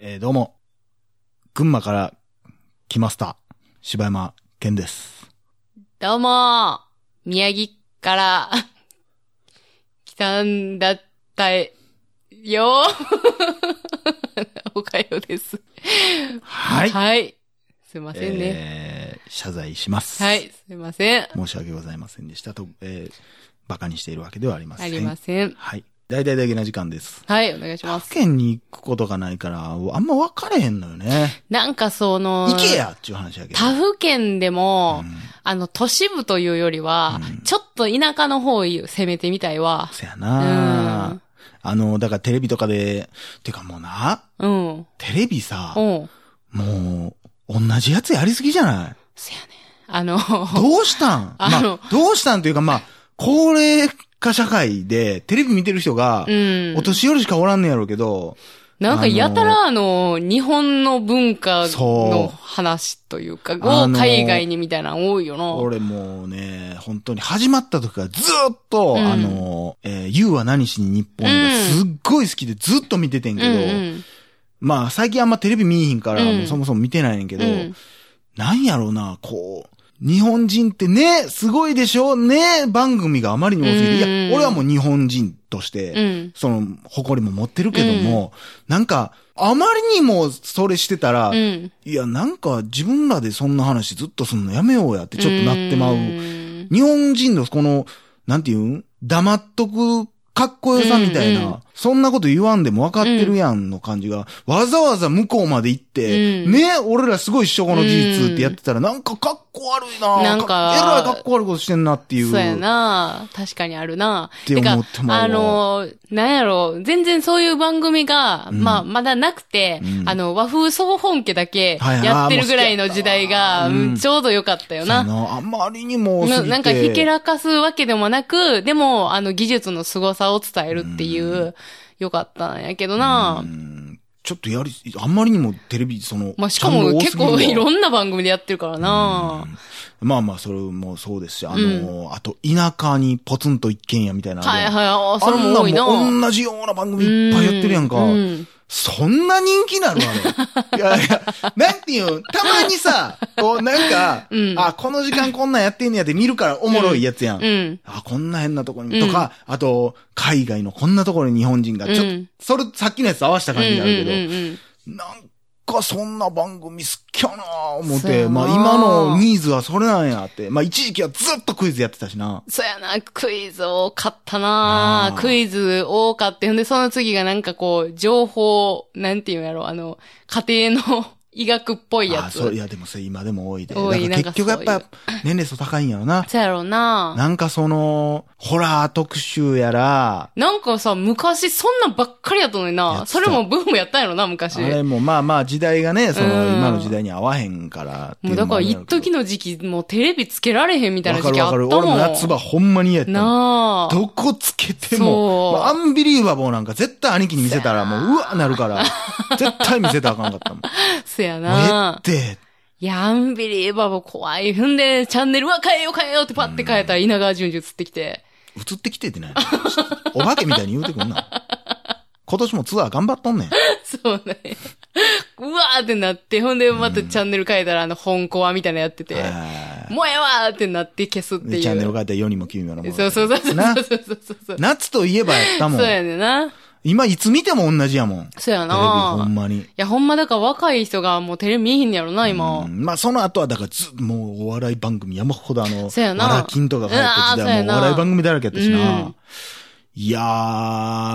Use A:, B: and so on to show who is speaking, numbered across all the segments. A: えーどうも。群馬から来ました。柴山健です。
B: どうも宮城から来たんだったよ おかようです。
A: はい。
B: はい。すいませんね。
A: えー謝罪します。
B: はい、すいません。
A: 申し訳ございませんでしたと、えー、馬鹿にしているわけではありません。
B: ありません。
A: はい。大々だけな時間です。
B: はい、お願いしま
A: 他
B: す。
A: 県に行くことがないから、あんま分かれへんのよね。
B: なんかその、
A: 行けやっていう話やけど。
B: 他府県でも、
A: うん
B: あの、都市部というよりは、
A: うん
B: ちょっと田舎の方を攻めてみたいわ。
A: そや
B: う
A: な、
B: ん。
A: あの、だからテレビとかで、てかもうな、
B: うん。
A: テレビさ、
B: うん。
A: もう、同じやつやりすぎじゃない
B: そやね。あの、
A: どうしたん
B: あの
A: まあ、どうしたんというか、まあ、高齢化社会で、テレビ見てる人が
B: う、ん
A: お。年寄りしかおらんねやろうけど、
B: なんかやたらあの、日本の文化の
A: そう
B: 話というか、
A: あ
B: を
A: の
B: 海外にみたいなの多いよな。
A: 俺もうね、本当に始まった時からずっと、
B: うん
A: あの、えー、You は何しに日本がすっごい好きでずっと見ててん
B: うん
A: けど、
B: うん。
A: まあ最近あんまテレビ見えひんから、
B: うん
A: もうそもそも見てないねんけど、
B: うん
A: なんやろうな、こう、日本人ってね、すごいでしょね、番組があまりに多すぎて、
B: うん
A: いや、俺はもう日本人として、
B: うん。
A: その、誇りも持ってるけども、なんか、あまりにもそれしてたら、
B: うん。
A: いや、なんか自分らでそんな話ずっとすんのやめようやってちょっとなってまう。
B: ん
A: 日本人のこの、なんていうん黙っとく、かっこよさみたいな、
B: うんうん
A: そんなこと言わんでも分かってるやんの感じが、わざわざ向こうまで行って、
B: うん
A: ね、俺らすごい証拠の事実ってやってたら、なんかかっこ悪いな
B: なんか
A: えらいかっこ悪いことしてんなっていう。
B: そうやな確かにあるな
A: って思っても
B: か、あの、なんやろ、全然そういう番組が、
A: うん
B: まあ、まだなくて、
A: うん
B: あの、和風総本家だけ
A: はいはい
B: やってるぐらいの時代
A: あーもう好きやったわ
B: が、う
A: うん
B: んちょうど良かったよな
A: そ。うやなあまりにも多すぎ
B: な
A: て
B: なんかひけらかすわけでもなく、でも、あの、技術の凄さを伝えるっていう、
A: うん
B: よかったんやけど
A: う
B: な。
A: んちょっとやり、あんまりにもテレビ、その、
B: まあ、しか
A: チャンネル
B: も
A: 多す
B: 結
A: ぎるわ
B: 構いろんな番組でやってるからな。
A: まあまあ、それもそうですし、あの、あと、田舎にポツンと一軒家みたいなのある
B: はい
A: やん。
B: はい、あそ
A: あ
B: れ
A: ん
B: も
A: な
B: 多いな。
A: もん同じような番組いっぱいやってるやんか。
B: ううん
A: そんな人気なの あれ。いやいや、なんていうんたまにさ、こうなんか、
B: うん
A: あ、この時間こんなんやってんねやって見るからおもろいやつやん。
B: うん。
A: あ、こんな変なとこに、
B: うん
A: とか、あと、海外のこんなところに日本人が、ちょっと、
B: うん
A: それ、さっきのやつと合わせた
B: うん
A: 感じになるけど、
B: うんうん
A: なんかそんな番組好きやなぁ思っ
B: そうや
A: て、
B: な
A: まあ今のニーズはそれなんやって、まあ一時期はずっとクイズやってたしな。
B: そうやな、クイズ多かったな
A: あー
B: クイズ多かった。ほんで、その次がなんかこう、情報、なんていうんやろ、あの、家庭の 医学っぽいや
A: あ
B: つ。
A: そういやでもそれ今でも多いで。
B: 多い
A: だから結局やっ
B: なん
A: ぱ年齢層高いんやろな。
B: そうやろうな
A: なんかその、ホラー特集やら、
B: なんかさ、昔そんなんばっかりやったのに
A: やって
B: な。
A: た
B: それもブームやったんやろな、
A: あ
B: 昔。
A: れもまあまあ時代がね、その
B: うん
A: 今の時代に合わへんからってい
B: もう
A: うの
B: だ
A: も
B: か
A: あ
B: ら、
A: るんや
B: 一
A: ろうけど。
B: 時の時期、もうテレビつけられへんみたいな
A: わか
B: 時期
A: る
B: あっ
A: わ
B: た
A: か
B: も
A: る。
B: ん。
A: 俺も夏場ほんまに嫌やったもん
B: なあ。
A: どこつけて
B: そ
A: も、
B: う
A: まあアンビリーバボーなんか絶対兄貴に見せたらもう、うわなる から、絶対見せたらあかんかったもん。も
B: そや
A: うえっ
B: な。
A: て、
B: いや、アンビリーバボー怖い。ふんで、チャンネルは変えよう変えようってパッて変えたら稲川淳二映ってきて。
A: 映ってきててね。お化けみたいに言うてくんな。今年もツアー頑張っとん ねん。
B: そうね。うわーってなって、ほんでまたチャンネル変えたら、あの、本コアみたいなのやってて。
A: は
B: もうええわーってなって消すっ
A: い
B: てい
A: で
B: う。
A: チャンネル変えたら世にも奇妙なもの。
B: そうそうそうそう
A: な。
B: そうそうそうそう。
A: 夏といえばやったもん
B: そう。やねんな。
A: 今いつ見ても同じやもん。テ
B: そうや
A: レビほ
B: なん
A: まに。
B: いや、ほんまだから若い人がもうテレビ見えへんねやろな、
A: う
B: 今。
A: んまあその後はだからず、もうお笑い番組山ほどあの、
B: そうやな
A: わらきんとかが流行った時
B: うわーそう
A: 代
B: や
A: も
B: な
A: お笑い番組だらけやったしな。
B: うん
A: いや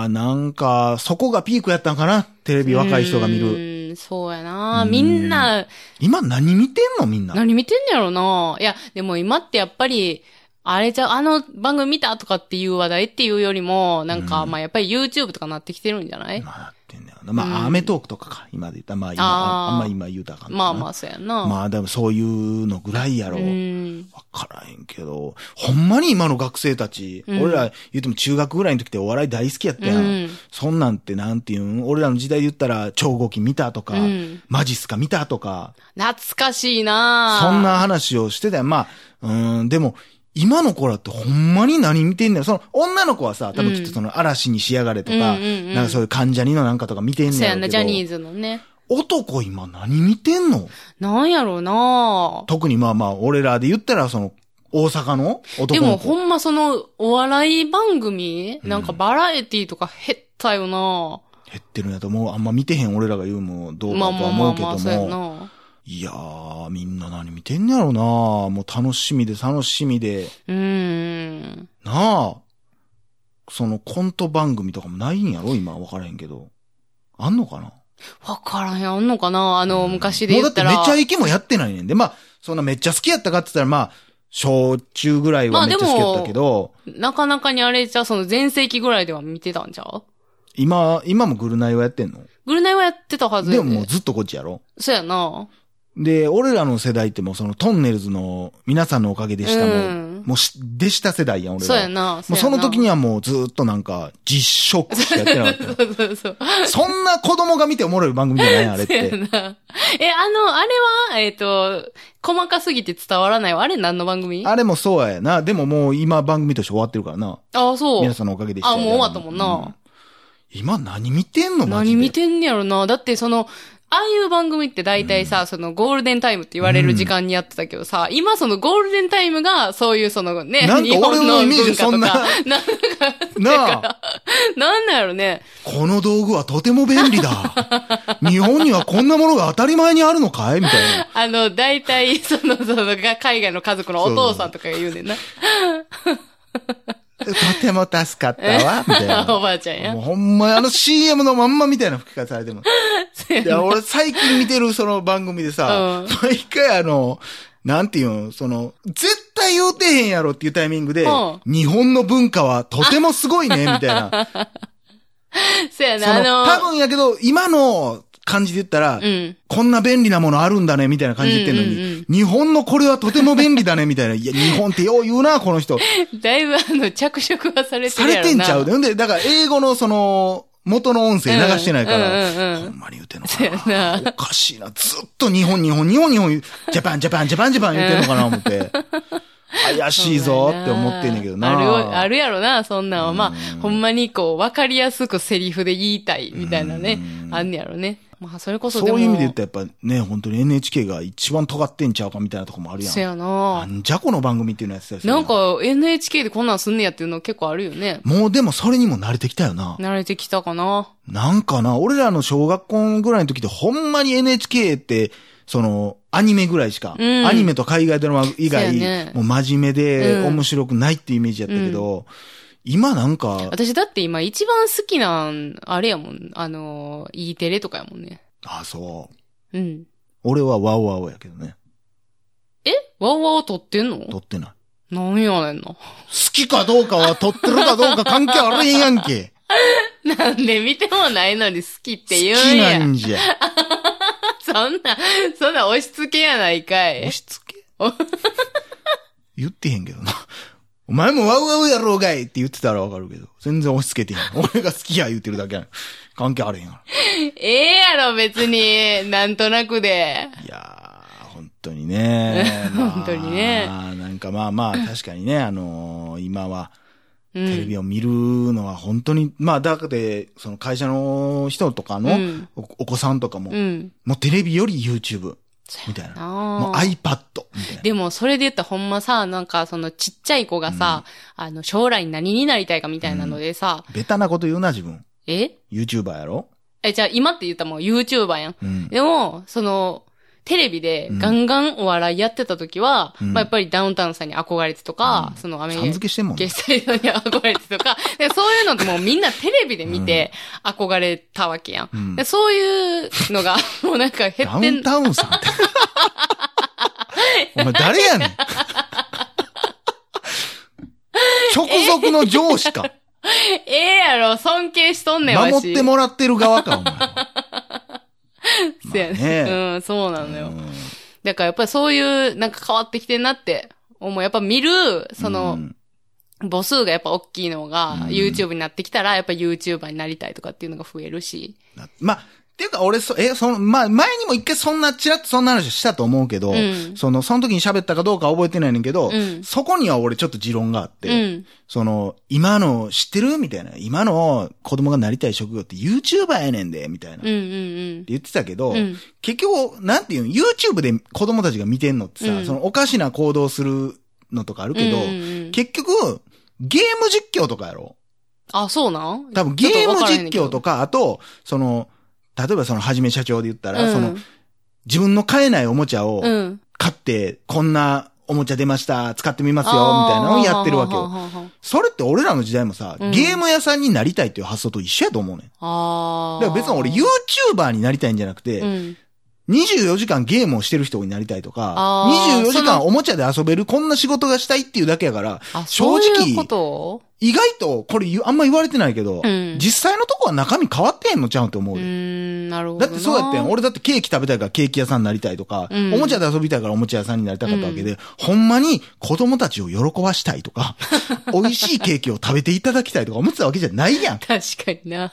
A: ー、なんか、そこがピークやったんかなテレビ若い人が見る。
B: うん、そうやな。
A: うん
B: みんな、
A: 今何見てんのみんな。
B: 何見てんねやろな。いや、でも今ってやっぱり、あれじゃう、あの番組見たとかっていう話題っていうよりも、なんか、
A: うん
B: まあやっぱり YouTube とかなってきてるんじゃない
A: まあ、なってんだよな。まあ、
B: うん
A: アメトークとかか。今で言ったら。まあ、今、
B: あー
A: あんま今言うたらあかんのか
B: ま
A: な
B: あまあ、そうやな。
A: まあ、でもそういうのぐらいやろ。
B: う
A: わ
B: ん。
A: からへんけど、ほんまに今の学生たち、
B: うん
A: 俺ら言うても中学ぐらいの時ってお笑い大好きやったやん。
B: うん
A: そんなんってなんていうん俺らの時代で言ったら、超合金見たとか、
B: うん
A: マジっすか見たとか、
B: 懐かしいな
A: そんな話をしてたよ。まあ、うん、でも、今の子らってほんまに何見てんねん。その、女の子はさ、多分きっとその、嵐に仕上がれとか、
B: うんうんうん
A: なんかそういう関ジャニのなんかとか見てんねん
B: そう
A: や
B: や
A: ろ
B: ん
A: うけ
B: な、
A: ど。
B: ジャニーズのね。
A: 男今何見てんの
B: なんやろうな
A: 特にまあまあ、俺らで言ったら、その、大阪の男
B: で
A: の
B: も
A: 子。
B: ほんまその、お笑い番組
A: うん
B: なんかバラエティとか減ったよな
A: 減ってるんやと思う。あんま見てへん俺らが言うのもどうかと
B: ま
A: は
B: あまあま
A: 思
B: あ
A: うけ
B: ま
A: ど
B: あ、そうや
A: も。
B: な。
A: いやー、みんな何見てんねやろなもう楽しみで楽しみで。
B: うーん。
A: なあ。そのコント番組とかもないんやろ今、わからへんけど。あんのかな
B: わからへん、あんのかなあの、昔で
A: もうだ
B: 言っ
A: って
B: た
A: め
B: ら。
A: っちゃイケもやってないねんで。まあ、そんなめっちゃ好きやったかって言ったら、まあ、小中ぐらいはめっちゃ好きやったけど、
B: なかなかにあれじゃ、その前世紀ぐらいでは見てたんちゃう
A: 今、今もグルナイはやってんの
B: グルナイはやってたはずや
A: で
B: で
A: ももうずっとこっちやろ
B: そうやな。
A: で、俺らの世代ってもうそのトンネルズの皆さんのおかげでしたも、
B: うん
A: もうし、でした世代やん、俺ら。
B: そうやな。
A: もうその時
B: に。
A: にはもうずっとなんか、実食しかやってなかったよ。
B: そうそうそう。
A: そんな子供が見ておもろい番組じゃないあれっ
B: そうや
A: て。
B: な。え、あの、あれは、えっ、と、細かすぎて伝わらないわ。あれ何の番組あ
A: あれもそうやな。でももう今番組として終わってるからな。
B: あ、そう
A: 皆。さんのおかげでした
B: あ、
A: よ
B: もう終わったもんな。
A: う今何見てんのマジで
B: 何見てんねやろな。だってその、ああいう番組って大体さ、そのゴールデンタイムって言われる時間にやってたけどさ、今そのゴールデンタイムがそういうそのね、
A: なんか
B: 日本の
A: 俺のイメージ
B: 文化と
A: そ
B: か、
A: んな
B: なんか、
A: なあ、
B: なんなんやろね。
A: この道具はとても便利だ。 日本にはこんなものが当たり前にあるのかいみたいな。
B: あの、大体、その、その、が海外の家族のお父さんとかが言うねんな。
A: とても助かったわ、みたい
B: お
A: な。
B: ばあちゃんや
A: もう。ほんまあの CM のまんまみたいな吹き方されても。
B: そうや
A: いや、俺最近見てるその番組でさ、毎回あの、なんていうの、その、絶対言うてへんやろっていうタイミングで、
B: う
A: 日本の文化はとてもすごいね、みたい な。
B: そうや
A: そ
B: な、
A: の、多
B: あの、
A: 分やけど、今の感じで言ったら、
B: うん。
A: こんな便利なものあるんだね、みたいな感じで言ってんのに、
B: うんうんうん
A: 日本のこれはとても便利だね、みたいな。いや、日本ってよう言うな、この 人。
B: だいぶあの、着色はされて
A: さ
B: るや
A: れ
B: ろな。
A: てんちゃうで。ほんで、だから英語のその、元の音声流してないから、
B: うんうんうんうん
A: ほんまに言うてんのか
B: そう
A: な
B: や
A: おかしいな。ずっと日本、日本、日本、日本、ジャパン、ジャパン、ジャパン、ジャパン言うてんのかな、思って。怪しいぞって思ってんねんけどな。
B: あるよあるやろな、そんなんは。ま
A: う
B: あ、
A: ん
B: ほんまにこう、わかりやすくセリフで言いたい、みたいなね
A: う。ん
B: あんねやろね。まあ、それこそ
A: そういう意味で言ったらやっぱね、本当に NHK が一番尖ってんちゃうかみたいなとこもあるやん
B: せ。や
A: な
B: な。
A: んじゃこの番組っていうのやつだよ。それ
B: なんか、NHK でこんなんすんねやっていうの結構あるよね。
A: もうでもそれにも慣れてきたよな。
B: 慣れてきたかな。
A: なんかな、俺らの小学校ぐらいの時ってほんまに NHK って、その、アニメぐらいしか、
B: うん
A: アニメと海外ドラマ以外、
B: そうやね
A: もう真面目で
B: うん
A: 面白くないってイメージやったけど、今なんか、
B: 私だって今一番好きなん、あれやもん。あの、E テレとかやもんね。
A: あ、そう。
B: うん。
A: 俺はワオワオやけどね。
B: わおわお撮ってん
A: 撮
B: の
A: ってない。
B: なんやねんな。
A: 好きかどうかは撮ってるかどうか関係あれへんやんけ。
B: なんで見てもないのに好きって言
A: 好
B: う
A: き
B: ん
A: な
B: や。
A: んじゃ。
B: そんな、そんな押し付けやないかい
A: 押。し付け言ってへんけどな。お前もワウワウやろうがいって言ってたらわかるけど、全然押し付けてへん。俺が好きや言ってるだけやん。関係あれへんや
B: ええやろ、別に。なんとなくで。
A: ん。いやー、本当にね。まあ
B: 本当にね
A: なんかまあまあ、確かにね、あのー今は、
B: う
A: テレビ
B: ん。
A: を見るのは本当に、まあ、だって、その会社の人とかの、
B: うん
A: おお子さんとかも、
B: うん。
A: もうテレビより YouTube、みたいな。も
B: あ
A: う
B: あ。
A: iPad、みたいな。
B: でも、それで言ったらほんまさ、なんか、そのちっちゃい子がさ、あの、将来何になりたいかみたいなのでさ、
A: ベタなこと言うな、自分。
B: え
A: YouTuber やろ
B: え、じゃあ今って言ったらもう YouTuber やん。
A: うん。
B: でも、その、テレビでガンガンお笑いやってた時は、
A: うん
B: まあやっぱりダウンタウンさんに憧れてとか、そのアメ
A: さん
B: リカ
A: 付けしてんもんね
B: ゲ。ストリートに憧れてとか、でそういうのってもうみんなテレビで見て憧れたわけやん。
A: うん
B: でそういうのが、 もうなんか
A: ダ
B: 減っ
A: ウ
B: て
A: ン
B: ん、
A: タウンさん って。お前誰やねん。直属の上司か。
B: ええやろ、尊敬しとんねん、わし。
A: 守ってもらってる側か、お前は。
B: そうやね。 うん、そうなのよ。
A: うん
B: だからやっぱりそういう、なんか変わってきてんなって思う。やっぱ見る、その、
A: うん
B: 母数がやっぱ大きいのが
A: うん
B: YouTube になってきたら、やっぱ YouTuber になりたいとかっていうのが増えるし。
A: まあ、っていうか、俺、そ、え、その、まあ、前にも一回そんな、ちらっとそんな話したと思うけど、
B: うん
A: その、その時に喋ったかどうかは覚えてないねんけど、
B: うん
A: そこには俺ちょっと持論があって、
B: うん
A: その、今の、知ってるみたいな、今の子供がなりたい職業って YouTuber やねんで、みたいな。
B: うんうん
A: って言ってたけど、
B: うん
A: 結局、なんていうの、YouTube で子供たちが見てんのってさ、
B: うん
A: そのおかしな行動するのとかある
B: うん。
A: けど、
B: うんうんうん
A: 結局、ゲーム実況とかやろ
B: あ、そうなん
A: 多分ゲーム実況とか、あと、その、例えばその、はじめ社長で言ったら、その、、自分の買えないおもちゃを
B: うんうん、
A: 買って、こんなおもちゃ出ました、使ってみますよ、みたいなのをやってるわけよ。
B: よ。
A: それって俺らの時代もさ、
B: うん
A: ゲーム屋さんになりたいっていう発想と一緒やと思うねん。
B: あ
A: だ
B: あ。
A: から別に俺 YouTuber になりたいんじゃなくて、
B: うん
A: 24時間ゲームをしてる人になりたいとか、
B: あー
A: 24時
B: その
A: 間おもちゃで遊べるこんな仕事がしたいっていうだけやから、
B: あ
A: 正直
B: そういうこと
A: 意外と、これ言うあんま言われてないけど、
B: うん
A: 実際のとこは中身変わってへんのちゃうんって思
B: う
A: うよ。
B: ーん、なるほ
A: だ
B: どな。
A: ってそうやってん、俺だってケーキ食べたいからケーキ屋さんになりたいとか、
B: うん
A: おもちゃで遊びたいからおもちゃ屋さんになりたかったわけで、ほんまに子供たちを喜ばしたいと か、美味しいケーキを食べていただきたいとか思ってたわけじゃないやん。
B: 確かにな。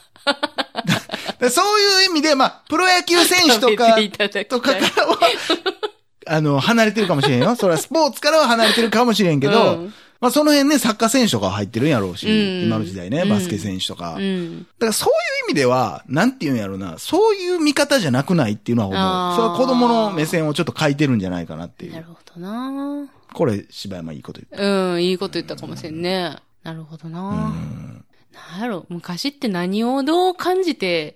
A: でそういう意味で、まあ、プロ野球選手と
B: 食
A: か
B: べていただきたい
A: とかから は、あの、離れてるかもしれんよ。それはスポーツからは離れてるかもしれんけど、
B: うん
A: まあその辺ね、サッカー選手とか入ってるんやろうし、
B: うん
A: 今の時代ね、
B: うん
A: バスケ選手とか。だ
B: うん。
A: からそういう意味では、なんて言うんやろうな、そういう見方じゃなくないっていうのは思
B: あ
A: う。
B: ー
A: それは子供の目線をちょっと変えてるんじゃないかなってい
B: なる
A: う。
B: ほどな。
A: これ、柴山いいこと言う。
B: うん、いいこと言ったかもしれんね。なるほどな。なんやろ、昔って何をどう感じて、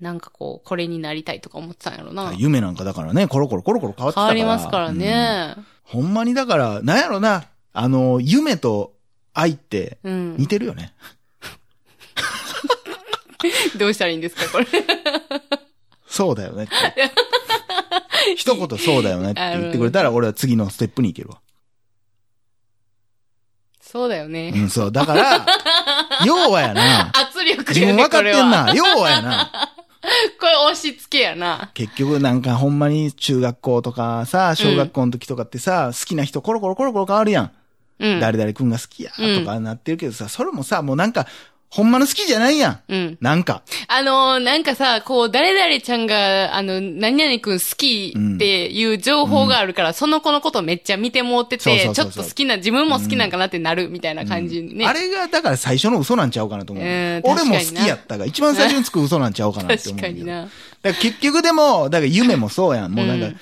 B: なんかこう、これになりたいとか思ってたんやろな。
A: 夢なんかだからね、コロコロコロコロ変わってたか
B: 変わ
A: ら。
B: りますからね。
A: うん。ほんまにだから、なんやろうな、あの、夢と愛って
B: う
A: 似
B: ん。
A: てるよね。
B: どうしたらいいんです か、これ。
A: そうだよ ねって。一言そうだよねって言ってくれたら、俺は次のステップに行けるわ。
B: そうだよ
A: う
B: ね。
A: ん、そう。だ から、要はやな。
B: 圧力
A: 自
B: よ
A: 分分
B: ね、
A: かっ
B: こ
A: て
B: れ
A: ん
B: は。
A: な。要はやな。
B: これ押し付けやな。
A: 結局なんかほんまに中学校とかさ、小学校の時とかってさ、好きな人コロコロコロコロ変わるやん。
B: うん。
A: 誰々くんが好きやとかなってるけどさ、それもさ、もうなんか、ほんまの好きじゃないやん。
B: うん。
A: なんか。
B: あのーなんかさ、こう、誰々ちゃんが、あの、何々くん好きっていう情報があるから、その子のことめっちゃ見てもって
A: そうそ
B: て、
A: う
B: ち
A: そ
B: ょ
A: う
B: っ
A: そう
B: と好きな、自分も好きなんかなってなるみたいな感じね。
A: あれがだから最初の嘘なんちゃうかなと思う。
B: うん
A: 俺
B: 確かに
A: も
B: な
A: 好きやったが、一番最初につく嘘なんちゃうかなって思
B: 確
A: う。
B: かにな。
A: だから結局でも、だから夢もそうやん。もうなんか、
B: うん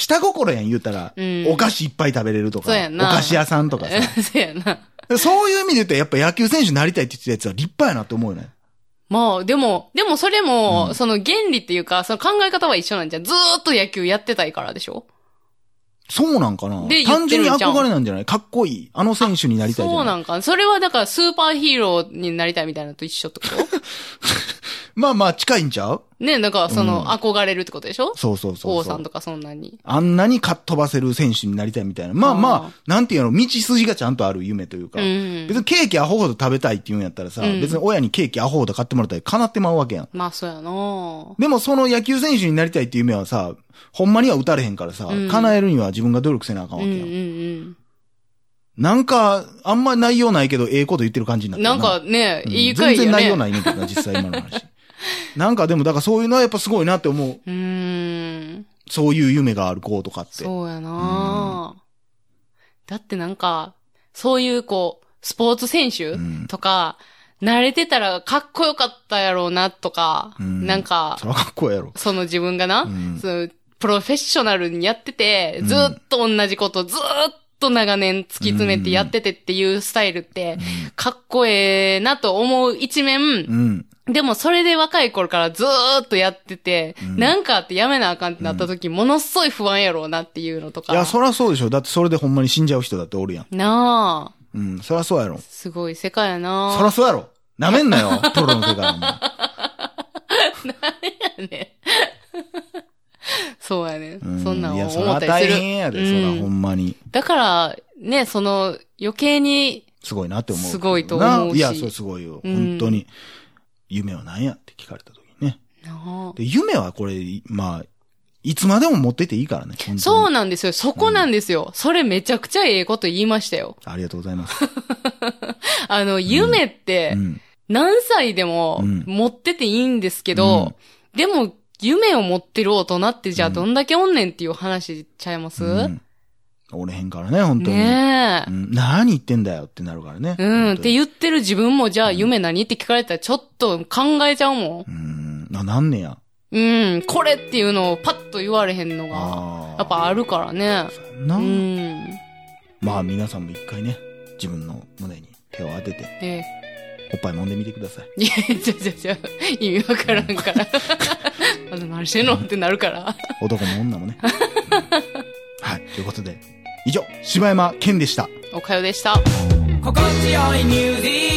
A: 下心やん言うたら、
B: うん
A: お菓子いっぱい食べれるとか、
B: そうや
A: お
B: んな
A: 菓子屋さんとか さ。
B: そうやな。
A: そういう意味で言うとやっぱ野球選手になりたいって言ってたやつは立派やなって思うよね。
B: まあ、でも、でもそれも、
A: うん
B: その原理っていうか、その考え方は一緒なんじゃん。ずーっと野球やってたいからでしょ
A: そうなんかな
B: で
A: 単純に
B: 言ってるんちゃ
A: 憧
B: う
A: れなんじゃないかっこいい。あの選手になりたいじゃ
B: そう
A: ない
B: なんか。それはだからスーパーヒーローになりたいみたいなのと一緒ってこと
A: まあまあ近いんちゃう
B: ね、だからそ
A: うん
B: の、憧れるってことでしょ
A: そうそうそう
B: 王
A: そ
B: さん
A: う。
B: とかそんなに。
A: あんなにかっ飛ばせる選手になりたいみたいな。まあま
B: あ
A: あ、なんていうの、道筋がちゃんとある夢というか。
B: うん
A: 別。にケーキアホほど食べたいって言うんやったらさ、
B: うん
A: 別に親にケーキアホほど買ってもらったら叶ってまうわけやん。
B: まあ、そうやな
A: でもその野球選手になりたいっていう夢はさ、ほんまには打たれへんからさ、
B: うん
A: 叶えるには自分が努力せなあかんわ
B: うん
A: け
B: う
A: やん。
B: ん
A: なんか、あんま内容ないけど、ええこと言ってる感じになっ
B: う
A: てる
B: ん。
A: な。
B: なんかね、
A: うん、
B: いい回
A: 全然
B: よね。
A: 内容ないねんけどな、実際今の 話。なんかでも、だからそういうのはやっぱすごいなって思う。
B: うーん。
A: そういう夢がある子とかって。
B: そうやなだってなんか、そういうこう、スポーツ選手
A: うん
B: とか、慣れてたらかっこよかったやろうなとか、
A: うん
B: なんか
A: そ、らかっこええやろ。
B: その自分がな、
A: うん
B: そのプロフェッショナルにやってて
A: う、ん
B: ずっと同じこと、ずっと長年突き詰めてやっててっていうスタイルって、かっこええなと思う一面、
A: うん。
B: でもそれで若い頃からずーっとやってて、
A: うん
B: なんかあってやめなあかんってなった時、ものすごい不安やろうなっていうのとか。
A: いや、そらそうでしょ。だってそれでほんまに死んじゃう人だっておるやん。
B: なあ。
A: うん、そらそうやろ。
B: すごい世界やな
A: そらそうやろ。なめんな よ、プロの世界お前
B: ね。 そうやね。
A: う
B: そんなん
A: いや、そ
B: 思
A: ら
B: ったり
A: 大
B: する。
A: 変やで、
B: う
A: そ
B: ん
A: らほんまに。
B: だから、ね、その、余計に、
A: すごいなって思うけどな。
B: すごいと思うし
A: いや、それすごいよ。
B: うん
A: 本当に。夢は何やって聞かれた時にね。
B: なあ
A: で、夢はこれ、まあ、いつまでも持ってていいからね。本当に
B: そうなんですよ。そこなんですよ。それめちゃくちゃええこと言いましたよ。
A: ありがとうございます。
B: あの、夢って
A: う、ん。
B: 何歳でも
A: うん
B: 持ってていいんですけど、でも、夢を持ってる大人ってじゃあどんだけおんねんっていう話ちゃいます、
A: うん。おれへんからね、本当に。
B: ね
A: う
B: え。
A: ん、何言ってんだよってなるからね。
B: うん、
A: 本
B: っ
A: 当
B: て
A: に
B: 言ってる自分もじゃあ夢何って聞かれたらちょっと考えちゃうもん。
A: うん。あ、なんねや。
B: うん、これっていうのをパッと言われへんのが、
A: ああ。
B: やっぱあるからね。
A: そうやんな。
B: うん。
A: まあ皆さんも一回ね、自分の胸に手を当てて、
B: ええ。
A: おっぱい揉んでみてください。
B: いや、じゃじゃじゃ意味わからんから。 あの、何してんのってなるから。
A: 男も女もね。うんはい。ということで、以上、柴山健でした。
B: おかよでした。
C: 心地よいミュージック